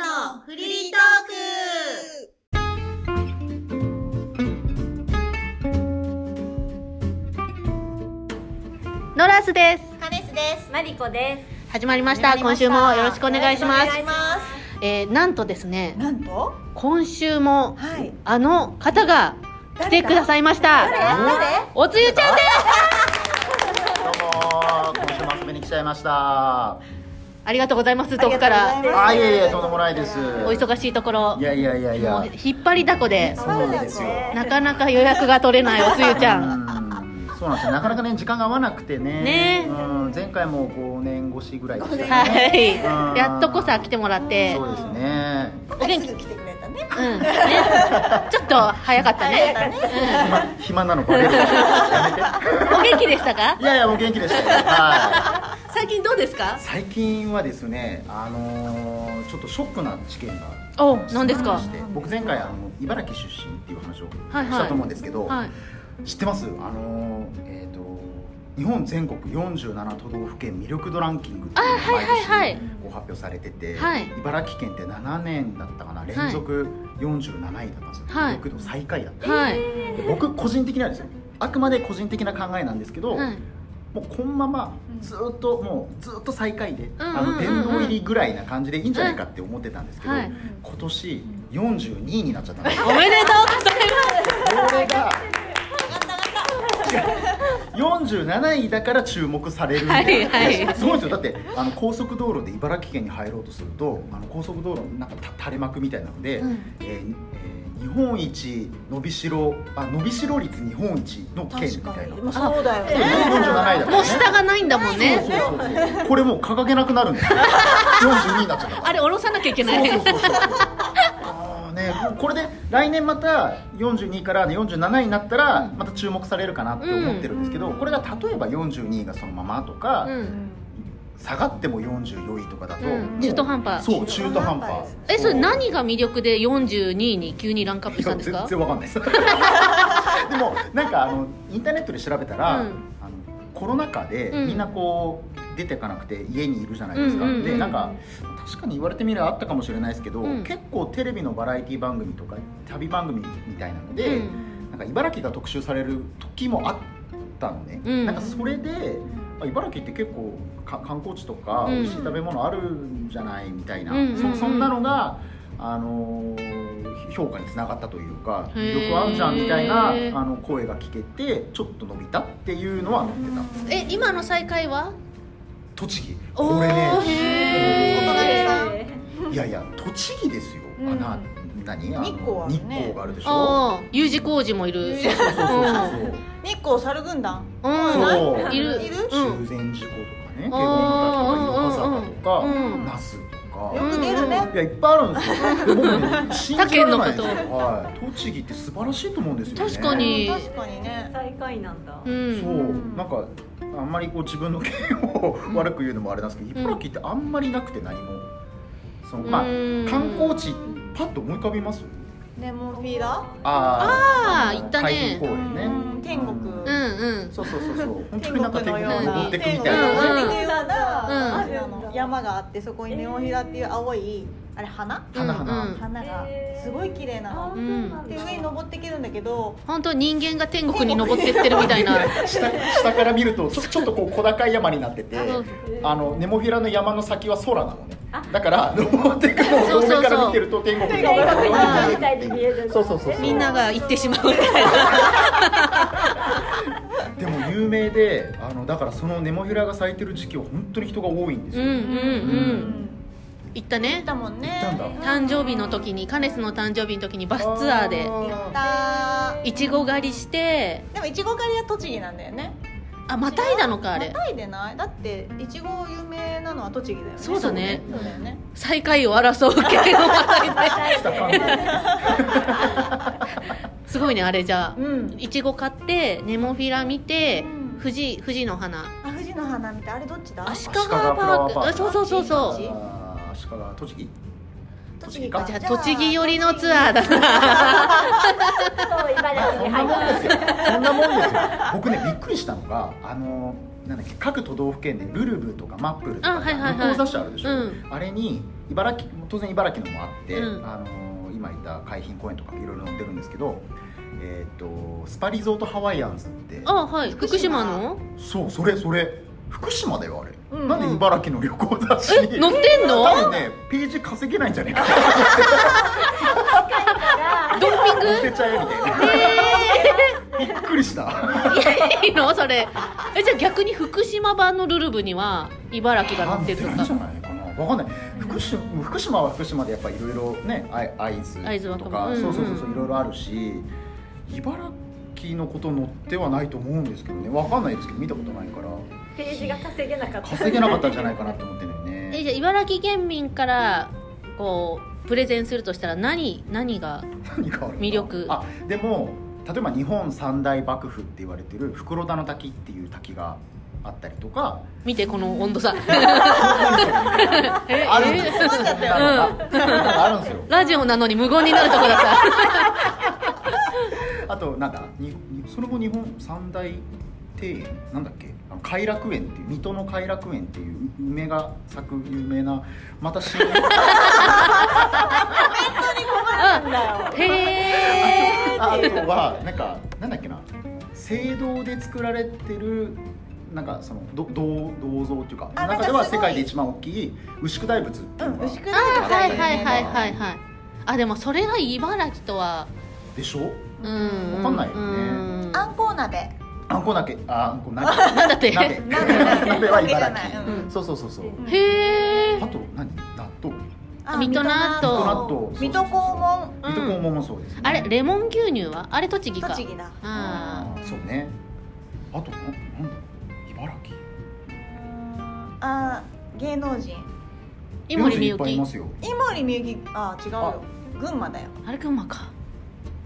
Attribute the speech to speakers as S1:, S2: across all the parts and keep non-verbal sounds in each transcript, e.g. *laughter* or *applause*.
S1: のフリートーク
S2: ノラスです
S1: カネスです
S3: マリコで
S2: 始まりました今週もよろしくお願いします
S1: お願いします
S2: えーなんとですね
S3: なんと
S2: 今週も
S3: はい
S2: あの方が来てくださいました
S1: 誰
S2: おつゆちゃんです
S4: どうも今週も遊びに来ちゃいましたあ
S2: ありがとうございます遠くか
S3: あ
S2: ら
S3: りがとうござます
S4: いえいえとんでもないです
S2: お忙しいところ
S4: いやいやいやい
S2: もう
S4: や
S2: 引っ張りだこで
S4: そうですよ
S2: なかなか予約が取れないおつゆちゃ
S4: うんんそうなんですよなかなかね時間が合わなくてね
S2: ね
S4: うん前回も5年越しぐらいでしたね
S2: はいやっとこさ来てもらって
S4: そうですね
S2: お元気
S3: すぐ来てくれたね
S2: うんねちょっと早かったね
S4: 暇暇なのかね
S2: *laughs*
S4: やめて
S2: うんお元気でしたか
S4: いやいやお元気でしたよはい
S2: 最近どうですか
S4: 最近はですねあのーちょっとショックな事件が
S2: お何ですか
S4: 僕前回あの茨城出身っていう話を
S2: はいはい
S4: したと思うんですけど、
S2: はい
S4: 知ってますあのーえっ、と日本全国47都道府県魅力度ランキングっていうのが毎
S2: はいはいはい
S4: 年ご発表されてて、
S2: はい
S4: 茨城県って7年だったかな連続47位だったんですよ、
S2: はい
S4: 魅力度最下位だった、
S2: はい
S4: で僕個人的なんですよあくまで個人的な考えなんですけど、
S2: はい
S4: もうこのままずっと、もうずっと最下位で、あ
S2: うんうんうんうん
S4: の殿堂入りぐらいな感じでいいんじゃないかって思ってたんですけど、
S2: はい
S4: 今年42位になっちゃったんですよ
S2: おめでとうございます
S4: これが47位だから注目されるんだ
S2: はいはい
S4: すごいですよだってあの高速道路で茨城県に入ろうとするとあの高速道路のなんかた垂れ幕みたいなので、
S2: うん
S4: えーえー日本一伸びしろあ伸びしろ率日本一の県みたいな。
S3: あそうだよ
S4: そう47位だからね
S2: もう下がないんだもん
S4: そう
S2: ね。
S4: そうそうそうこれもう掲げなくなるんですよ42になっちゃったから
S2: あれ下ろさなきゃいけない。
S4: そうそうそうそうあーね、もうこれで来年また42からね47位になったらまた注目されるかなって思ってるんですけど、これが例えば42位がそのままとか、
S2: うん。
S4: 下がっても44位とかだと、
S2: うん
S4: もう
S2: 中途半端
S4: そう中途半端
S2: え、それ何が魅力で42位に急にランクアップ
S4: い
S2: した
S4: や
S2: んですか
S4: 全然わか
S2: *laughs*
S4: んないですでもなんかあのインターネットで調べたら、
S2: うん
S4: あのコロナ禍で
S2: うん
S4: みんなこう出てかなくて家にいるじゃないですか、
S2: うんうんうん
S4: でなんか確かに言われてみればあったかもしれないですけど、
S2: うん
S4: 結構テレビのバラエティ番組とか旅番組みたいなので、
S2: うん
S4: なんか茨城が特集される時もあったのね、
S2: うん
S4: なんかそれであ茨城って結構か観光地とか
S2: うん
S4: 美味しい食べ物あるんじゃないみたいな、
S2: うんうんうん
S4: そそんなのが、あのー評価につながったというか
S2: へ
S4: よ
S2: ー
S4: くあるじゃんみたいなあの声が聞けてちょっと伸びたっていうのは載って
S2: え、
S4: た
S2: 今の最下位は
S4: 栃木
S2: お
S4: これ
S2: ー
S4: ね
S2: へ
S4: いやいや栃木ですよ、あな何あの
S3: 日光はね
S4: 日光があるでしょ
S2: ああ、U 字工事もいる。
S4: そうそうそうそうそう
S3: 日光猿軍団
S2: うん。
S4: そう
S2: い
S3: い
S2: る。
S3: る
S2: うん。
S4: 修善寺湖とかね、手本
S2: あー
S4: だとか、
S2: うんうんうんう
S4: 井の頭と
S2: ん
S4: か、那須とか。
S2: う
S3: よ
S2: ん
S3: く出るね
S4: いやいっぱいあるんですよ。で僕ね信じられないですよ
S2: 他県
S4: はい。栃木って素晴らしいと思うんですよね。
S2: 確かに
S3: 確かにね
S5: 最下位なんだ
S2: う。
S4: そうん
S3: ん
S4: なんかあんまりこう自分の県を悪く言うのもあれなんですけど、茨城ってあんまりなくて何も。そのまあ
S2: うん
S4: 観光地パッと思い浮かびます。
S3: レモンフィーラ
S2: あ
S4: あ
S2: ー行ったね
S4: 海浜公園ね
S3: うん。天国
S2: うんうん。
S4: そうそうそうそう。本当
S3: 天
S4: になんか
S3: 国
S4: 天
S3: のよ
S4: 国に
S3: うな
S4: 登ってくみたい
S2: うんうん
S3: 天
S4: な。
S3: 国のよう
S2: うん
S3: なアジアの山があってそこにレモンフィーラっていう青いあれ花
S4: 花々
S2: うん
S3: 花がすごい綺麗な
S2: うん。
S3: で上に登っていけるんだけど
S2: 本当人間が天国に登ってってるみたいな。
S4: 下下から見るとちょちょっとこう小高い山になってて
S2: そう
S4: あのネモフィラの山の先は空なのねだから登っていくのを
S2: そうそうそう
S4: 上目から見てると天国に
S5: 天国に
S2: 行
S5: ったみたいに見える
S4: そうそうそうそう
S2: みんなが行ってしまうみたいな。
S4: でも有名であのだからそのネモフィラが咲いてる時期は本当に人が多いんです
S2: うん
S4: よ、
S2: うんう。
S3: うんん
S2: 行った
S3: 行っ
S2: ね。
S3: たもん
S4: 行ったんだ
S3: ね
S2: 誕生日の時に、カネスの誕生日の時にバスツアーで。
S3: 行った
S2: いちご狩りして
S3: でもいちご狩りは栃木なんだよね
S2: あまたいだのかあれ
S3: またいでないだっていちご有名なのは栃木だよね
S2: そうだね
S3: そうだよね
S2: 最下位を争う系のまたい
S3: *laughs*
S2: で
S4: 下観光
S2: すごいねあれじゃあ
S3: うん
S2: いちご買ってネモフィラ見て
S3: うん
S2: 富士富士の花
S3: あ富士の花見てあれどっちだ
S2: 足利パーク
S4: 足利フラワーパーク
S2: あそうそうそうそ
S3: あっち
S2: う
S4: あー足利栃木
S3: 栃木か
S2: じゃあ栃木寄りのツアーだな
S5: そう茨城
S4: そ
S5: に
S4: んな
S5: 入っ
S4: もん
S5: た
S4: ですよそんなもんですよ僕ねびっくりしたのがあのなんだっけ各都道府県でルルブとかマップルとか
S2: あはいはいはい
S4: 旅行雑誌あるでしょ、
S2: うん
S4: あれに茨城当然茨城のもあって、
S2: うん
S4: あのー今いた海浜公園とかいろいろ載ってるんですけど、えー、とスパリゾートハワイアンズって
S2: あはい
S3: 福島
S2: 福島の
S4: そうそれそれ福島だよあれ、
S3: うんうん
S4: なんで茨城の旅行雑誌に
S2: 乗ってんの
S4: 多分ねページ稼げないんじゃないかな
S2: ドー
S3: *laughs*
S2: ピン
S4: 捨てちゃえみたいな、びっくりした
S2: グいいのそれえじゃあ逆に福島版のルルブには茨城が乗ってると
S4: なんないんじゃ
S2: か
S4: ないかなわかんない福島福島は福島でやっぱいろいろねあい会津
S2: 会津
S4: と
S2: 若
S4: か、
S2: 松
S4: そうそうそうそう
S2: うんうん
S4: いろいろあるし茨城のこと載ってはないと思うんですけどねわかんないですけど見たことないから
S5: ページが稼げなかった
S4: 稼げなかったんじゃないかなと思ってるよね
S2: えじゃあ茨城県民からこうプレゼンするとしたら何何が
S4: 何があるかな
S2: 魅力
S4: あでも例えば日本三大幕府って言われてる袋田の滝っていう滝があったりとか
S2: 見てこの温度 *laughs* 差え
S4: あるんですよ、あるんですよ
S2: ラジオなのに無言になるとこだった
S4: あとなんだににその後日本三大庭園なんだっけあの偕楽園っていう水戸の偕楽園っていう梅が咲く有名なまた新
S2: へえ
S4: あとはなんかなんだっけな聖堂で作られてるなんかそのど銅銅像っていうか
S1: あなんか
S4: 中では
S1: すごい
S4: 世界で一番大きい牛久大仏っていうのが、
S3: 牛久
S2: あはいはいはいはいはいあでもそれが茨城とは
S4: でしょ
S2: うんうん
S4: わかんないよね
S2: うん
S1: あんこう鍋
S4: あんこだけああんこ鍋
S2: なんだって *laughs*
S4: 鍋
S2: へ
S4: 鍋は
S1: 鍋じゃ
S4: 茨城
S1: ない
S2: うん
S4: そうそうそうそう
S2: え
S4: あと何納豆
S1: あ
S2: 水戸納
S4: 水戸
S2: 豆
S4: 納豆
S1: 水戸黄門
S4: 水戸黄門もそうですね
S2: あれレモン牛乳はあれ栃木か
S3: 栃木だ
S2: あ
S4: そうねあとななんだ茨城
S3: あ
S1: 芸能人
S2: ー井森美
S4: いっぱいいま
S2: 幸
S4: すよ
S3: 井森美幸あ違うよ群馬だよ
S2: あれ群馬か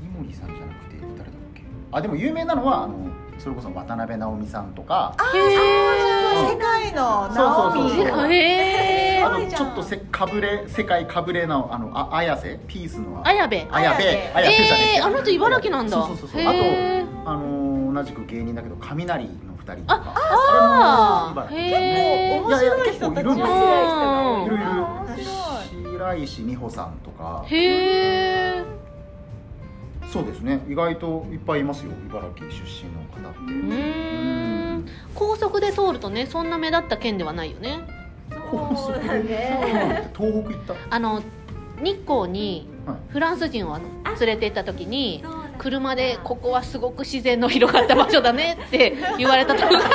S4: 井森さんじゃなくて誰だっけあでも有名なのはあのそれこそ渡辺直美さんとかあ
S2: へ
S3: 世界の
S4: そ
S3: ナ
S4: う
S3: オ
S4: そうそう
S3: ミ
S4: そう
S2: えへえ
S3: ー
S4: とちょっとせかぶれ世界かぶれなあのあ綾瀬ピースのあ
S2: 綾部え
S4: 綾部
S3: 綾部
S4: 綾瀬じゃねえ
S2: ーあの人茨城なんだ
S4: そうそうそうそうあと
S2: へー
S4: あのー同じく芸人だけど雷の二人とか
S2: あ
S4: あれも茨城
S2: へー
S3: 結構面白い人たち
S4: いやいや結構いるんですよいろい
S3: あー面
S4: ろ白石美穂さんとか
S2: へえ
S4: そうですね意外といっぱいいますよ茨城出身の方って
S2: うーん高速で通るとねそんな目立った県ではないよね
S5: そうだね
S4: 東北行った
S2: あの日光に
S4: はい
S2: フランス人をあの連れて行った時に
S5: そうだね
S2: 車でここはすごく自然の広がった場所だねって言われた時茨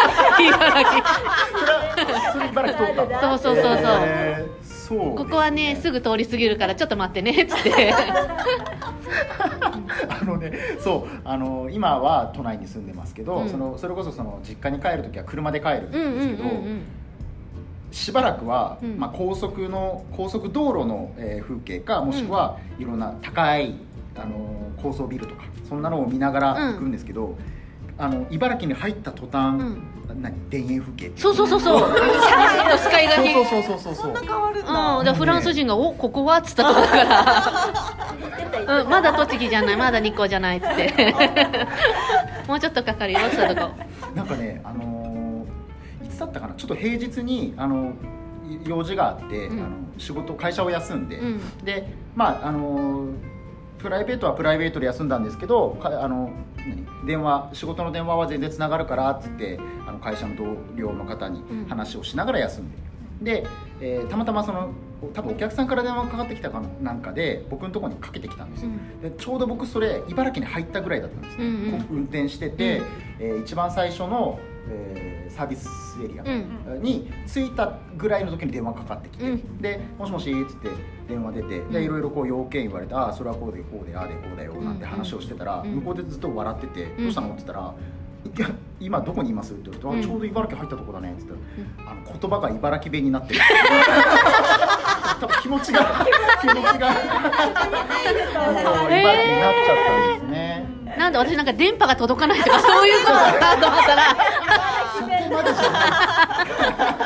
S4: それ茨城通ったんだ
S2: 城そうそうそうそう、
S4: へーそうですね
S2: ここはねすぐ通り過ぎるからちょっと待ってねっつって
S4: *laughs* あのねそうあの今は都内に住んでますけど、
S2: うん
S4: そのそれこそその実家に帰る時は車で帰るん
S2: うんうん
S4: ですけど、
S2: うん
S4: しばらくは、
S2: うん
S4: まあ、高速の高速道路の、えー風景かもしくはいろんな高い、あのー高層ビルとかそんなのを見ながら
S2: うん
S4: 行くんですけど、あの茨城に入った途
S2: う
S4: 端、
S2: んうん
S4: 何田園風景ってい
S2: そうそうそうそうスカイライン
S4: そううそうそうそうそうそう
S3: 変わるんだ
S2: ん、だからフランス人が「おここは?」っつったところか
S5: 言ってた言ってた
S2: ら、うん「まだ栃木じゃないまだ日光じゃない」っつって *laughs* もうちょっとかかるよっつったとこ
S4: なんかね、あのーいつだったかなちょっと平日に、あのい用事があって、
S2: うん
S4: あの仕事会社を休んで、
S2: うん
S4: でまああのープライベートはプライベートで休んだんですけどかあの何電話仕事の電話は全然つながるからっつってあの会社の同僚の方に
S2: うん
S4: 話をしながら休んで、で、えーたまたまその多分お客さんから電話がかかってきたかなんかで僕のところにかけてきたんです
S2: う
S4: よ、
S2: ん
S4: でちょうど僕それ茨城に入ったぐらいだったんですね、
S2: うんうん
S4: こう運転してて、
S2: うん
S4: えー一番最初の、えーサービスエリア
S2: うん
S4: に着いたぐらいの時に電話かかってきて、
S2: うん
S4: で「もしもし」っつって電話出て、
S2: うん
S4: でいろいろこう要件言われて「ああそれはこうでこうでああでこうだよ」なんて話をしてたら、
S2: うん
S4: 向こうでずっと笑ってて「
S2: うん
S4: どうしたの?」って言ったらいや「今どこにいます?」って言われてあ「ちょうど茨城入ったとこだね」って言ったら、あの言葉が茨城弁にな
S2: *laughs*
S4: ってる *laughs* 多分気持ちが気持ちが。そう茨城になっちゃったんですね。
S2: なんで私なんか電波が届かないとかそういうことだなと思ったら
S4: そこまでじゃない。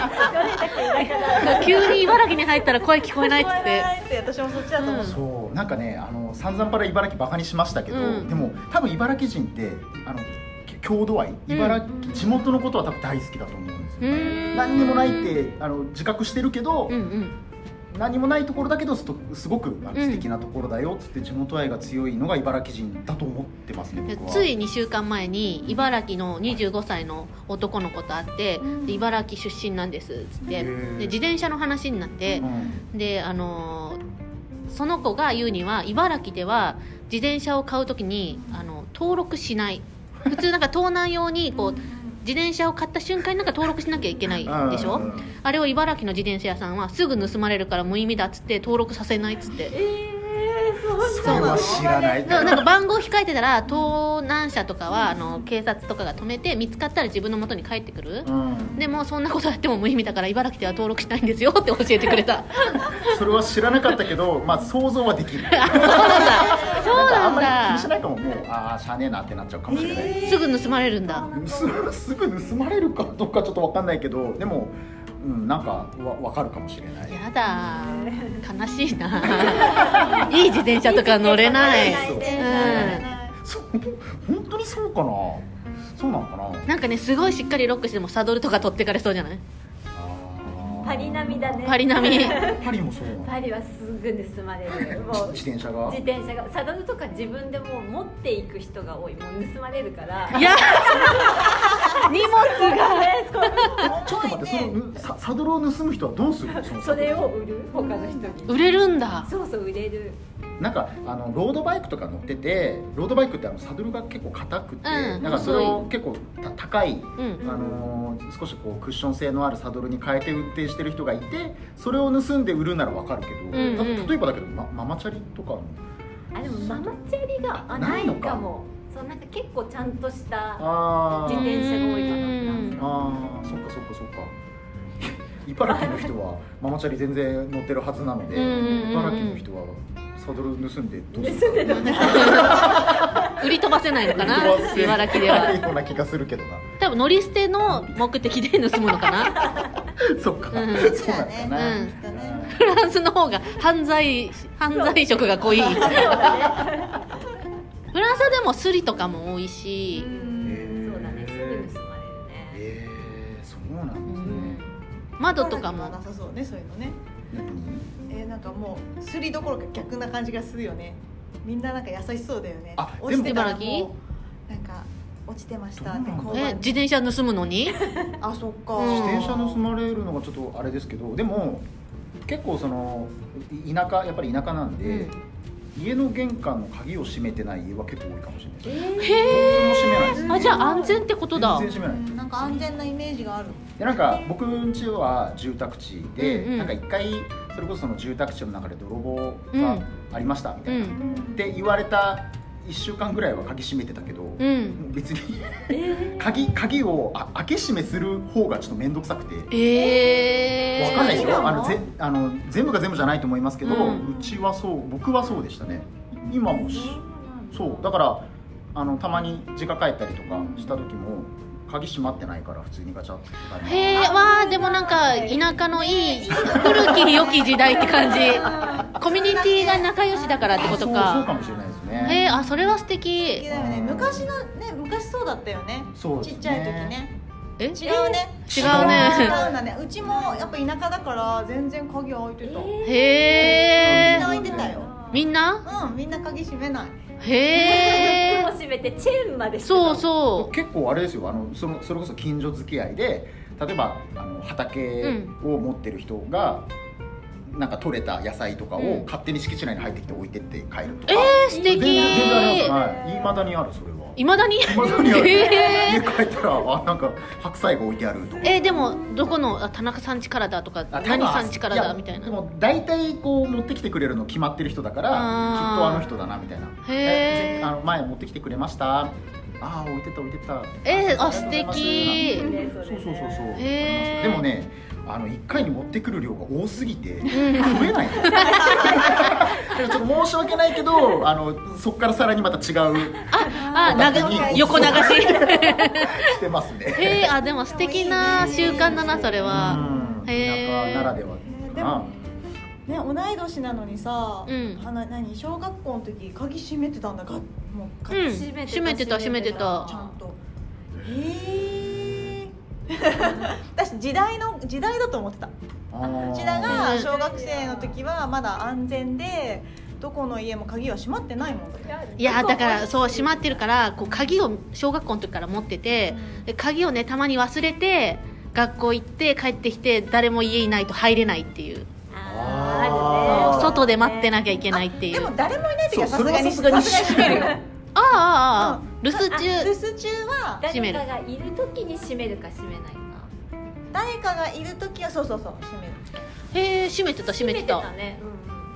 S2: 急に茨城に入ったら声聞こえないっつっ
S3: 聞こえ
S2: て
S3: ないって私もそっちだと思う
S2: うん
S4: そう、なんかね、あの散々から茨城バカにしましたけど、
S2: うん
S4: でも多分茨城人ってあのき郷土愛、茨城、地元のことは多分大好きだと思うん
S2: うーん
S4: 何にもないってあの自覚してるけど、
S2: うんうん
S4: 何もないところだけどすとすごくあの素敵なところだよっつって地元愛が強いのが茨城人だと思ってますね
S2: で
S4: 僕は
S2: つい2週間前に茨城の25歳の男の子と会って
S3: うん
S2: で茨城出身なんですっつって
S4: へ
S2: で
S4: ー
S2: 自転車の話になって
S4: うん
S2: であのーその子が言うには茨城では自転車を買うときにあの登録しない普通なんか盗難用にこう自転車を買った瞬間になんか登録しなきゃいけないでし
S4: う
S2: ょ
S4: ん
S2: あれを茨城の自転車屋さんはすぐ盗まれるから無意味だっつって登録させないっつって
S5: えー、そう
S4: それは知らない
S2: でもなんか番号控えてたら盗難車とかはあの警察とかが止めて見つかったら自分の元に帰ってくる
S4: うん
S2: でもそんなことやっても無意味だから茨城では登録しないんですよって教えてくれた
S4: *laughs* それは知らなかったけど、まあ、想像はできる
S2: そうなんだそう
S4: かあ
S2: なん
S4: んまり気にし
S2: だ
S4: ないかももうああしゃあねえなってなっちゃうかもしれない、
S2: すぐ盗まれるんだ
S4: すすぐ盗まれるかどうかちょっと分かんないけどでも、うん、なんかわ分かるかもしれない
S2: やだ悲しいな *laughs* いい自転車とか乗れない
S4: そうそう本当にそうかなそうなのかな
S2: なんかねすごいしっかりロックしてもサドルとか取ってかれそうじゃない
S4: あー
S5: パリ並みだね
S2: パリ並み
S4: パリもそうなの
S5: パリはすぐ盗まれるも
S4: *laughs*
S5: う
S4: 自自転車が
S5: 自転車がサドルとか自分でもう持っていく人が多いもう盗まれるから *laughs*
S2: いや
S5: 荷物がね
S4: ちょっと待ってそのササドルを盗む人はどうするのその
S5: それを売る他の人に
S2: 売れるんだ
S5: そうそう売れる
S4: なんかあのロードバイクとか乗っててロードバイクってあのサドルが結構硬くて、
S2: うん
S4: なんかそれを結構た高い、
S2: うん
S4: あのー少しこうクッション性のあるサドルに変えて運転してる人がいてそれを盗んで売るならわかるけど、
S2: んうん
S4: た例えばだけど、ま、ママチャリとかの
S5: あでもママチャリがあ
S4: な
S5: ないい
S4: のか
S5: かもそうなんか結構ちゃんとした
S4: あ
S5: 自
S4: ー
S5: 転車が多いか
S2: うん
S5: な
S4: あーそっかそっかそっか *laughs* 茨城の人はママチャリ全然乗ってるはずなので、
S2: うんうんうんうん
S4: 茨城の人はサドル盗んでどうす
S5: 盗
S4: る
S5: んでたね
S2: 売り飛ばせないのかな
S4: 売り飛ばせ
S2: 茨城で
S4: な
S2: はい
S4: ような気がするけどな
S2: 多分乗り捨ての目的で盗むのかな
S4: *laughs* そっか、
S2: うん
S4: そうなんだな、
S2: うん
S4: うん
S2: フランスの方が犯罪犯罪色が濃いフランスはでもスリとかも多いし
S5: う、んそうだねすぐ盗まれるね
S4: えー、そうなんですね、
S2: 窓とか
S3: 茨城はな
S2: も
S3: さそうねそういうのね
S4: 何
S3: えー、なんかもうすりどころか逆な感じがするよねみんななんか優しそうだよね
S4: あ
S3: 落ちてたらもう
S2: でも
S3: なんか落ちてましたって
S4: どうなん
S3: こ
S4: だ
S3: う
S2: え自転車盗むのに
S3: あそっか、
S2: うん
S4: 自転車盗まれるのがちょっとあれですけどでも結構そのい田舎やっぱり田舎なんで、
S2: うん
S4: 家の玄関の鍵を閉めてない家は結構多いかもしれないです
S5: えー
S4: 僕も閉めないです
S2: あじゃあ安全ってことだ
S4: 全然閉めない
S3: なんか安全なイメージがある
S4: でなんか僕ん家は住宅地で、
S2: うんうん
S4: なんか一回それこそその住宅地の中で泥棒
S2: うん
S4: がありましたみた
S2: う
S4: いな、
S2: ん
S4: って言われた1週間ぐらいは鍵閉めてたけど、も
S2: う
S4: うん別に
S5: え
S4: *laughs* 鍵鍵をあ開け閉めする方がちょっと面倒くさくて。
S2: えー、
S4: わかんないです
S3: そう
S4: よ。あ
S3: なの
S4: のぜあの全部が全部じゃないと思いますけど、
S2: う
S4: うんちはそう僕はそうでしたね。今もし
S5: ー
S4: そうだからあのたまに実家帰ったりとかした時も鍵閉まってないから普通にガチャって感じ。
S2: へえわあでもなんか田舎のいい古き良き時代って感
S4: *laughs*
S2: じコミュニティが仲良しだからってこと
S4: あそうそうか
S2: か
S4: もしれないです
S2: へえ
S4: ね。
S2: あそれは素敵
S3: いやでもね昔のね昔そうだったよね
S4: そうです
S3: ち
S4: ね
S3: っちゃい時ね
S2: え
S3: 違うね
S2: 違う
S3: 違う
S2: ね
S3: んだねうちもやっぱ田舎だから全然鍵開いてた、みん
S2: へえ
S3: な開いてたよ
S2: みんな
S3: うんみんな鍵閉めない
S2: へ
S5: い
S2: え
S5: つも閉めてチェーンまでしてた
S2: そうそ
S4: 結構あれですよあのそのそれこそ近所付き合いで例えばあの畑を持ってる人が、なんか取れた野菜とか
S2: うん
S4: を勝手に敷地内に入ってきて置いてって帰るとか、
S2: えー素敵
S4: 全然全然あり
S2: い
S4: ますはいまだにあるそれは
S2: まだに
S4: 未だにある
S2: へ
S4: 家帰ったらあなんか白菜が置いてあるとか
S2: えでもどこのあ田中さん家からだとか
S4: あ
S2: 何さん家から
S4: い
S2: だ
S4: や
S2: みたいな
S4: でも大体こう持ってきてくれるの決まってる人だからきっと
S2: あー
S4: あの人だなみたいな
S2: へー
S4: えぜあの前持ってきてくれましたああ置いてった置いてった
S2: えーあ
S4: りがとうございます
S2: 素敵
S4: なんてそうそうそうそう
S2: へー
S4: でもねあの1回に持ってくる量が多すぎて増
S2: ん
S4: えないのだからちょっと申し訳ないけどあのそこからさらにまた違う
S2: あなが横流し
S4: してます *laughs* ね
S2: へえあでも素敵な習慣だなそれは
S4: うん
S2: へー
S4: 田舎ならでは
S3: で
S4: か
S3: も
S4: な
S3: ね同い年なのにさ、
S2: うん
S3: あの何小学校の時鍵閉めてたんだがもう
S2: う
S3: か
S2: ん
S3: ち
S2: 閉めてた閉めてた
S3: ゃんとへえ *laughs* 私時代の時代だと思ってた
S4: あー
S3: うちらが小学生の時はまだ安全でどこの家も鍵は閉まってないもんだって
S2: いやだからそう閉まってるからこう鍵を小学校の時から持っててで鍵をねたまに忘れて学校行って帰ってきて誰も家いないと入れないっていう
S5: あーあるね
S2: 外で待ってなきゃい
S5: け
S2: けないっていう
S3: で
S2: あ
S3: も誰もいない時はさ
S4: そう
S3: すがに
S4: そ
S3: さ
S4: れはさす
S3: すがに
S4: がに
S3: 閉める *laughs* よ
S2: ああああ留守
S3: 留
S2: 中
S3: 守中は
S2: 閉
S5: 誰
S2: める
S5: かがいる時に閉めるか閉めないか
S3: 誰かがいる時はそうそうそう閉める
S2: へえ閉めてた閉めてた
S5: ね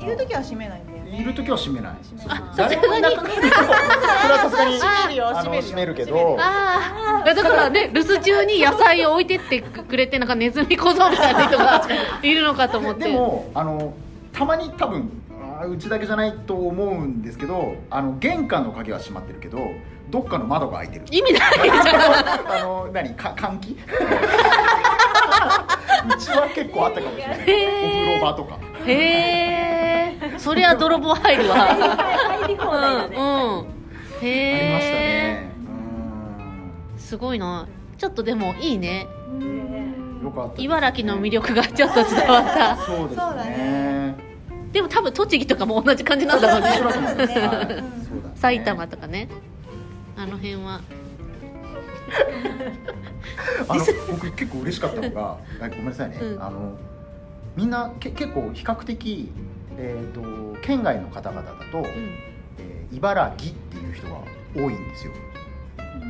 S3: いる時は閉めないんだよね
S4: いる時は閉めない
S3: 閉めない
S4: そう誰もいなく *laughs* なるとそれはさすがに
S3: 閉めるよ
S4: あ
S3: 閉めるよ
S4: の閉めるけど
S2: ああだからね留守中に野菜を置いてってくれてなんかネズミ小僧みたいな人がいるのかと思って
S4: でもあのたまに多分あーうちだけじゃないと思うんですけどあの玄関の鍵は閉まってるけどどっかの窓が開いてる
S2: 意味ない
S4: *laughs* あの何か換気 *laughs* うちは結構あったかもしれない
S2: へー
S4: お風呂場とか
S2: へえそりゃ泥棒入るわ
S5: 入り放題だね、
S2: うんうんへ
S4: あ
S2: え
S4: りましたね
S2: すごいなちょっとでもいいね
S4: うんよかったですね
S2: 茨城の魅力がちょっと伝わ *laughs* った
S4: そうです
S3: そうだ
S4: ね
S2: でも多分栃木とかも同じ感じなんだろう
S4: 面
S2: ね
S4: 白いと思いま
S3: う
S4: す
S3: ん
S4: はいそうだね
S2: 埼玉とかねあの辺は
S4: あの僕結構嬉しかったのがあごめんなさいね、
S2: うん
S4: あのみんなけ結構比較的、えー、と県外の方々だと、
S2: うん
S4: えー茨城っていう人が多いんですよ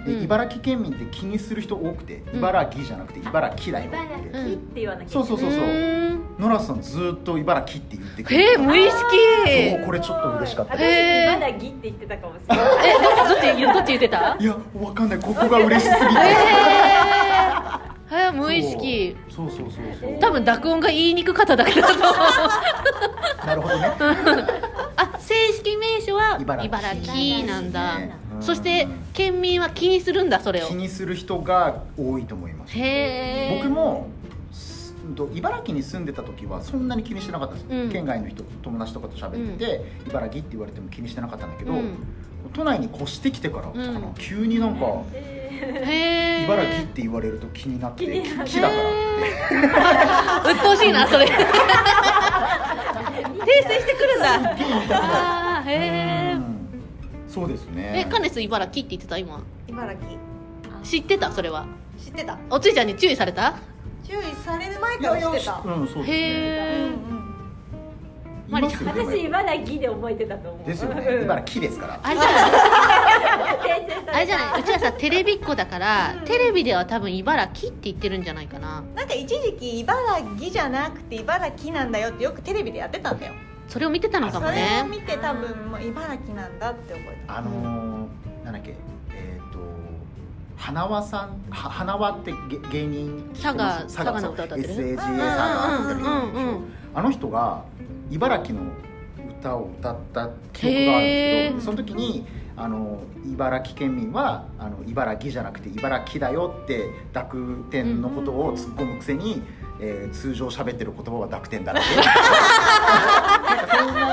S4: で、
S2: うん
S4: 茨城県民って気にする人多くて
S2: ん
S4: 茨城じゃなくて茨城だよ
S5: 茨
S4: って、
S5: 城って言わなきゃいけない、
S4: そうそうそうそう
S2: うーん
S4: ノラさんずっと茨城って言ってくれ
S2: え
S4: て
S2: ー、無意識
S4: そうこれちょっと嬉しかった
S5: 私
S2: へー
S5: まだギって言ってたかもしれない
S2: えどどっち言うどっち言ってた
S4: いやわかんないここが嬉しすぎて
S2: *laughs* えー、無意識
S4: そうそうそうそう
S2: 多分濁音が言いにくかっただけだと思う
S4: なるほ
S2: *laughs*
S4: どね
S2: あ正式名称は
S4: 茨城
S2: 茨城なんだ
S4: ねうん
S2: そして県民は気にするんだそれを
S4: 気にする人が多いと思います
S2: へえ
S4: 僕もすうんと茨城に住んでた時はそんなに気にしてなかったんですよ、
S2: うん
S4: 県外の人友達とかと喋ってて、茨城って言われても気にしてなかったんだけど、
S2: うん
S4: 都内に越してきてからか
S2: う
S4: な、
S2: ん
S4: 急になんか
S2: へえ
S4: 茨城って言われると気になって
S5: 気になる
S4: 木だから
S2: *laughs* うっとうしいなそ
S4: *laughs*
S2: れ訂正してくるんだあーへえ
S4: うんそうです
S2: え
S4: ね
S2: カネス茨城って言ってた今
S3: 茨城
S2: 知ってたそれは
S3: 知ってた
S2: おついちゃんに注意された
S3: 注意される前
S4: い
S3: か
S4: や
S3: ら
S4: い
S3: 知
S4: や
S3: ってた
S4: うんそう
S3: うん
S4: ですね
S3: う
S2: へえ
S3: ん
S2: マ
S4: い
S2: リ
S4: ま
S2: ちゃ
S4: す
S2: ん
S4: よでも
S5: 私茨城で覚えてたと思う
S4: ですよ
S5: う
S4: ね
S5: ん
S4: 茨城ですから
S2: あれじゃない
S5: *laughs* 訂正された
S2: あれじゃないうちはさテレビっ子だからテレビでは多分茨城って言ってるんじゃないかな
S3: なんか一時期茨城じゃなくて茨城なんだよってよくテレビでやってたんだよ
S2: それを見てたのか
S3: そ
S2: も
S3: れを
S2: ね
S3: 見て多分もう茨城なんだって覚えた
S4: あのー、なんだっけえっ、と花輪さんは花輪ってげ芸人
S2: 佐賀
S4: 佐
S2: 佐賀
S4: 賀
S2: の
S4: の
S2: 歌
S4: 歌
S2: 歌
S4: 歌
S2: っ
S4: ってて
S2: る
S4: る SAGA
S2: う
S4: 佐賀
S2: ん
S4: って
S2: うんうんうん
S4: あの人が茨城の歌を歌った記憶があるんですけ
S2: へー
S4: どその時にあの茨城県民はあの茨城じゃなくて茨城だよって濁点のことを突っ込むくせに、えー通常喋ってる言葉は濁点
S2: *laughs*
S4: だなってなんかそんな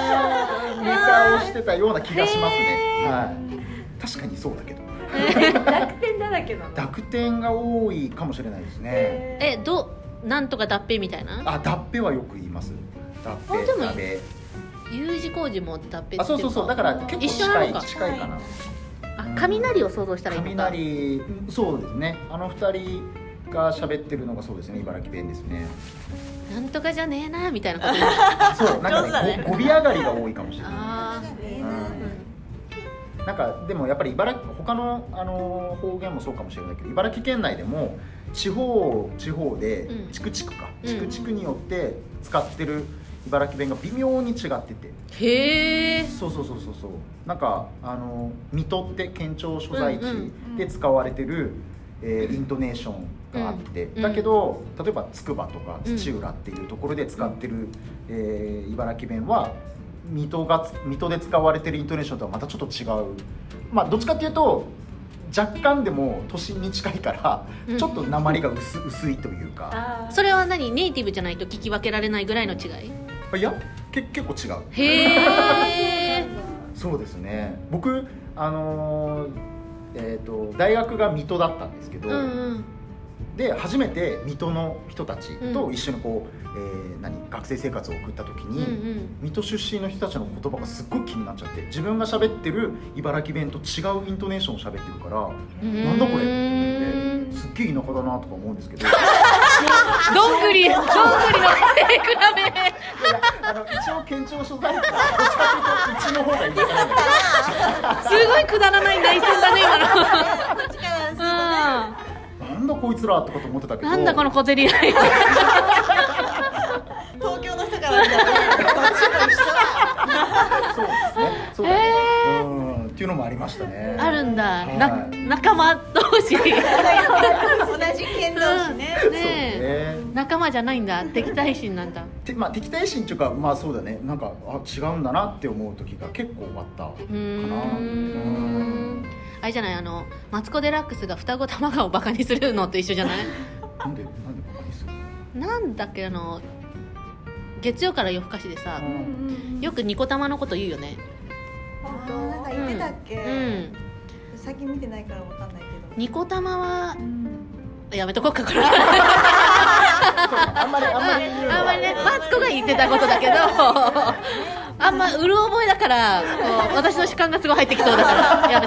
S4: ネタをしてたような気がしますね、はい、確かにそうだけど
S5: 楽天だらけなの
S4: 濁点が多いかもしれないですね
S5: え
S2: えどなんとか脱皮みたいな
S4: あ脱皮はよく言います脱
S2: あでも
S4: 皮だべ
S2: U 字工事も脱皮ってい
S4: あそうそうそうだから結構
S2: 一緒な
S4: 近
S2: の
S4: い
S2: か
S4: 近いかな
S2: あ雷を想像したらいいのか
S4: 雷うんそうですねあの二人が喋ってるのがそうですね茨城弁で
S2: *laughs*
S4: すね
S2: なんとかじゃねえなみたいなこと言う
S4: そうなんか
S3: 上手だ
S4: ね
S3: ね
S4: *laughs* ご語尾上がりが多いかもしれな
S2: あー
S4: いうんなんかでもやっぱり茨城他のあの方言もそうかもしれないけど茨城県内でも地方地方で
S2: うん
S4: チクチクか
S2: うん
S4: チクチクによって使ってる茨城弁が微妙に違ってて
S2: へえ
S4: そうそうそうそうそうなんかあの水戸って県庁所在地
S2: うん
S3: うん
S4: で使われてる、えーイントネーションがあって、
S2: うん
S4: だけど例えばつくばとか
S2: うん
S4: 土浦っていうところで使ってる、えー茨城弁は水戸が水戸で使われてるイントネーションとはまたちょっと違うまあどっちかっていうと若干でも都心に近いから、
S2: うん
S4: ちょっと鉛が薄薄いというか
S5: あー
S2: それは何ネイティブじゃないと聞き分けられないぐらいの違い
S4: いやけ結構違う
S2: へえ
S4: そうですね僕あのーえー、と大学が水戸だったんですけど、
S2: うんうん
S4: で初めて水戸の人たちと一緒にこう、えー何学生生活を送った時
S2: うんう
S4: に、
S2: ん
S4: 水戸出身の人たちの言葉がすっごい気になっちゃって自分が喋ってる茨城弁と違うイントネーションを喋ってるから
S2: うん
S4: なんだこれ
S2: うーん
S4: すっげえ田舎だなとか思うんです
S2: *laughs*
S4: けど
S2: どんぐりどんぐりの背比
S4: あの一応県庁所在地どっちかというとうちの方がいいかな
S2: べすごいくだらない内戦だね
S1: こっちからするとね
S2: 今の、
S4: なんだこいつらとかと思ってた
S2: う
S4: け
S2: ん、な
S4: ど
S2: んだこの小競り合い
S3: 東京の人から見たらねどっちも一緒だ
S4: そうですねそうだね、うんっていうのもありましたね
S2: あるんだ、
S4: はい
S2: な仲間同士
S3: 同じ県同士ね、
S4: そ
S2: ね
S4: う
S2: え
S4: ね
S2: 仲間じゃないんだ敵対心なんだ
S4: てまあ、敵対心っていうかまあそうだねなんかあ違うんだなって思う時が結構あった
S2: うー
S4: うん
S2: んあれじゃないあのマツコ・デラックスが双子玉川をバカにするのと一緒じゃ
S4: *laughs*
S2: ない
S4: なんでなんでバカにする
S2: なんだっけあの月曜から夜更かしでさ
S4: う、ん
S2: よくニコ玉のこと言うよね
S3: 本当なんか言ってたっけ、
S2: うん
S3: 最近見てないからわかんないけど、
S2: ニコ玉は
S3: うん、
S2: やめとこうかこれあ
S4: あんまりあんまり言うのは
S2: んまりねマツコが言ってたことだ
S4: *laughs*
S2: けどあんまうる覚えだからこう私の主観がすごい入ってきそうだからや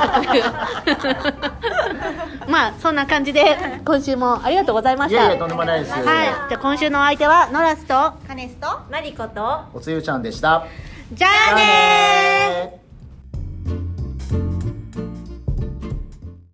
S2: めと
S4: *laughs*
S2: くまあそんな感じで今週もありがとうございま
S4: い
S2: した
S4: やいやとんでもないです、
S2: はい、じゃあ今週のお相手はノラスと
S3: カネスと
S5: マリコと
S4: おつゆちゃんでした
S2: じゃあねー